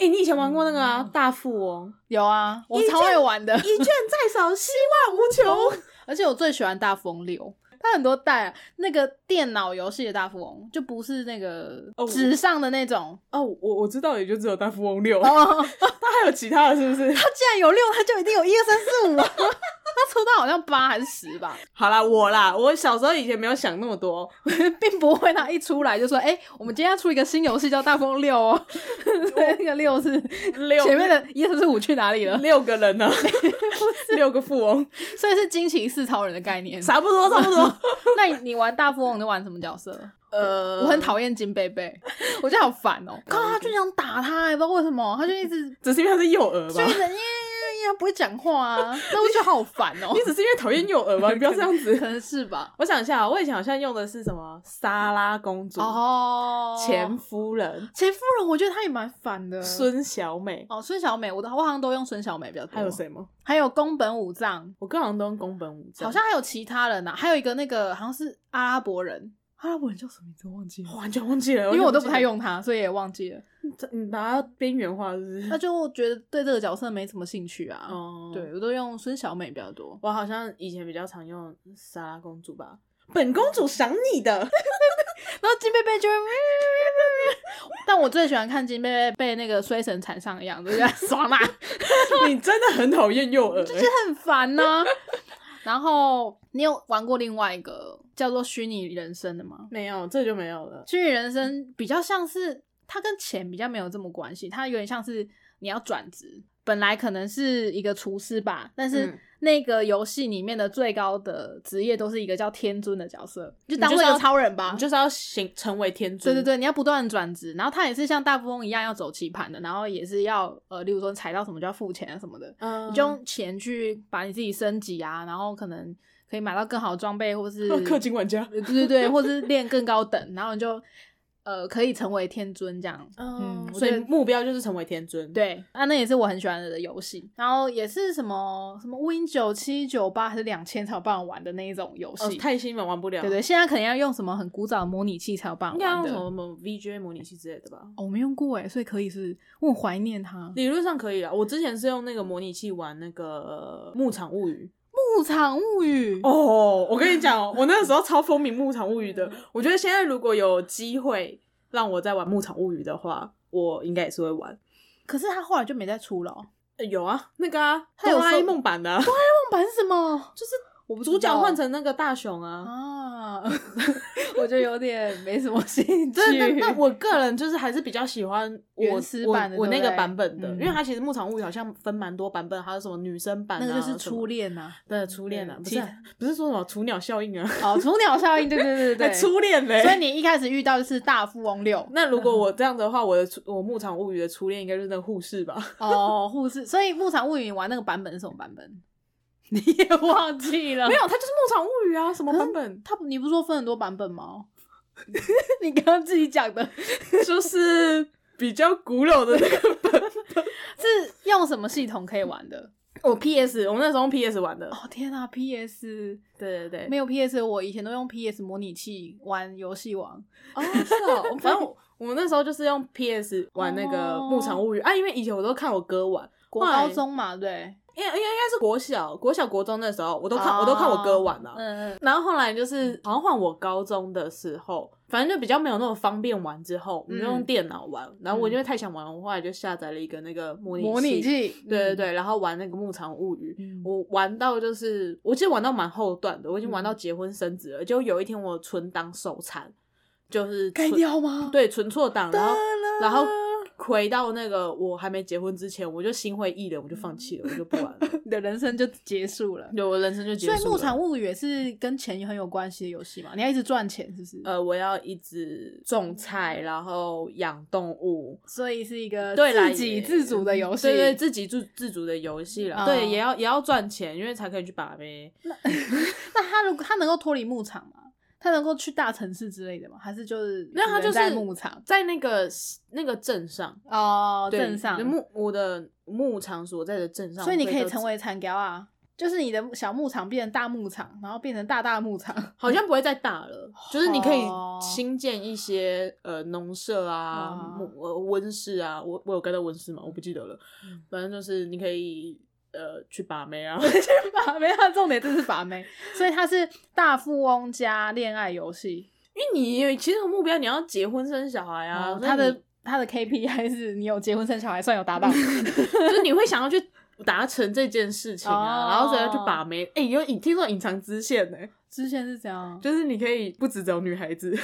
哎前嗯玩过那个啊，大富 翁，有啊，我一超会玩的，一卷在手，希望无穷。而且我最喜欢大富翁六。它很多代、啊，那个电脑游戏的大富翁就不是那个哦我纸上的那种，哦，我我知道，也就只有大富翁六，哦，它还有其他的，是不是？他既然有六， 他就一定有一二三四五啊。他出道好像八还是十吧， 好啦，我啦，我小时候以前没有想那么 多，并不会他一出来就说：“哎、我们今天要出一个新游戏叫《大风六》 哦。”所以那个六是六嗯前面的一二三四五去哪里了？六个 人呢、六个富翁，所以是惊奇四超人的概念。差不多，差不 多。那你你玩大富翁，你都玩什么角色？呃 我很讨厌金贝贝，我觉得好烦哦、靠，他就想打他、也不知道为什么，他就一直只是因为他是幼儿 就吧一？直耶耶耶，他不会讲话 啊，那我就觉得好烦哦、你只是因为讨厌幼儿吧？你不要这样可 子。能是吧。我想一下，啊我以前好像用的是什么莎拉公主、哦，钱夫人、钱夫人，我觉得她也蛮烦的。孙小美，哦，孙小美，我的我好像都用孙小美比较多。还有？谁吗？还有宫本武藏，我个人都用宫本武藏，好像还有其他人呐、啊，还有一个那个好像是阿拉伯人，阿拉伯人叫什么名啊字我忘记了，我完全忘记 了，因为我都完全不太记用他，所以也忘记 了。得。你拿到边缘化是不是？那就觉得对这个角色没什么兴趣啊。哦，对，我都用孙小美比较多。我好像以前比较常用莎拉公主吧。本公主赏你的， 然后金贝贝就会 但我最喜欢看金贝贝被那个衰神缠上的样子，我 觉得爽啦、你真的很讨厌幼儿、欸就是很烦 呢、然后你有玩过另外一个叫做虚拟人生的吗？没有，这就没有了。虚拟人生比较像是它跟钱比较没有这么关系，它有点像是你要转职，本来可能是一个厨师吧，但是嗯那个游戏里面的最高的职业都是一个叫天尊的角色，就当你就是那要个超人吧你。就是嗯要行成为天对尊，对对，你要不断地转职，然后他也是像大富翁一样要走棋盘的，然后也是要呃，例如说你踩到什么就要付钱啊什么的，嗯，你就用钱去把你自己升级啊，然后可能可以买到更好的装备，或是 哦呃氪金玩家对对对，或是练更高等，然后你就呃可以成为天尊这样。嗯嗯，我所以觉得目标就是成为天尊。，对，啊，那也是我很喜欢的游戏，然后也是什么什么 Win 九七九八还是两千才有办法玩的那一种游哦戏。，太新们玩不了。对对，现在可能要用什么很古早的模拟器才有办应法该用玩的什。么什么 VGA 模拟器之类的吧？哦，我没用过哎，所以可以是，我很怀念它。理论上可以啦。啊我之前是用那个模拟器玩那个《呃牧场物语牧场物语》哦，哦，我跟你讲哦，我那个时候超风靡《牧场物语》的。我觉得现在如果有机会让我再玩《牧场物语》的话，我应该也是会玩。可是它后来就没再出了哦。呃有啊，那个啊，它有哆啦 A 说梦版的啊、梦版是什么？就是我不 知主角道换成那个大雄啊。啊， 我就有点没 什么兴趣。对，但但我个人就是还是比较喜欢我原始版的我我对那不个对版本的，嗯因为它其实《牧场物语》好像分蛮多版本，还有什么女生版、啊，那个就是什么初恋呐、对初恋啊，对不是啊其不是说什么雏鸟效应啊，哦，雏鸟效应，对对对对哎 对，初恋嘞、所以你一开始遇到的是大富翁六那如 果我这样的话，我的初我《牧场物语》的初恋应该就是那个护士吧？哦，护士。所以《牧场物语》你玩那个版本是什么版本？ 你也忘记 了？没有，它就是《牧场物语》啊，什么版本？他你不是说分很多版本吗？ 你刚刚自己讲的 就是比较古老的那个版。是用什么系统可以玩的？ 我 PS，我们那时候用 PS 玩的。哦天啊，PS 对对对，没有 PS，我以前都用 PS 模拟器玩游戏王。哦，是哦， 反正我我们那时候就是用 PS 玩那个《牧场物语》啊，因为以前我都看我哥玩，国后来高中嘛，对，因为因为应该是国小、国小、国中那时候，我都看、哦我都看我哥玩了、啊嗯，然后后来就是好像换我高中的时候，反正就比较没有那么方便玩，之后我们就用电脑玩。然后我因为太想玩，我后来就下载了一个那个嗯模拟模拟。器，对对对，然后玩那个《牧场物语》嗯我玩到就是，我记得玩到蛮后段的，我已经玩嗯到结婚生子了。就有一天我存档手残，就是该存掉吗？对存错档，然后哒啦然后回到那个我还没结婚之前，我就心灰意冷，我就放弃了，我就不玩了。 你的人生就结束了。对，我人生就结束所了。以《牧场物语》也是跟钱很有关系的游戏嘛？你要一直赚钱，是不是？呃，我要一直种菜，然后养动物，所以是一个对啦自给自足的游戏。对对，自己自自主的游戏啦。哦对，也要也要赚钱，因为才可以去把妹。那他如果他能够脱离牧场吗？他能够去大城市之类的吗？还是就是没有他只能就是在牧场在那个那个镇上，哦对镇上就，牧我的牧场所在的镇上，所以你我可以都成为残雕啊。就是你的小牧场变成大牧场，然后变成大大牧场， 好像不会再大了，就是你可以哦新建一些呃农舍啊啊、木呃温室啊，我我有该到温室吗？我不记得了嗯，反正就是你可以呃去把妹 啊，把妹，他重点就是把妹，所以他是大富翁加恋爱游戏。因为你有其实有目标你要结婚生小孩啊，哦所以他的你 他的 KPI 是你有结婚生小孩算有达到， 就是你会想要去。达成这件事情啊，哦然后所以要去把妹。哎、有隐听说隐藏支线呢、支线是这样。就是你可以不只找女孩子，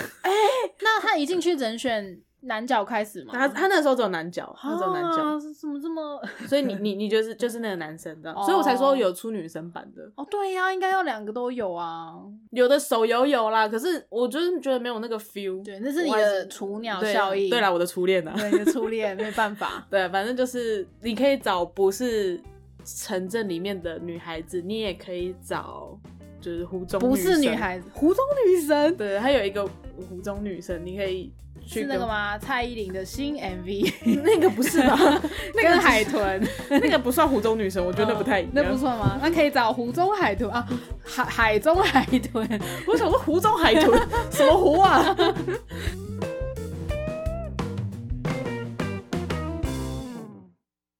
那他一进去人选男角开始吗？他他那时候只有男角，他只有男角，啊，怎么这么？ 所以你你你就是就是那个男生这样，哦所以我才说有出女生版的，哦，对呀、应该要两个都有 啊。有的手游有啦，可是我就是觉得没有那个 feel。对，那是你我还是的雏鸟对效应。对啦，，我的初恋啊。对你的初恋，没办法。 对，反正就是你可以找不是城镇里面的女孩子，你也可以找就是湖中 不是神女。孩子，湖中女 神对，还有一个湖中女神，你可以去是跟那个？吗？蔡依林的新 MV，那个不是 吧？那个跟海 豚， 那个不算湖中女神，我觉得那不太一样。哦那不算吗？那可以找湖中海豚啊，海海中海豚。 我想说湖中海豚什么湖啊？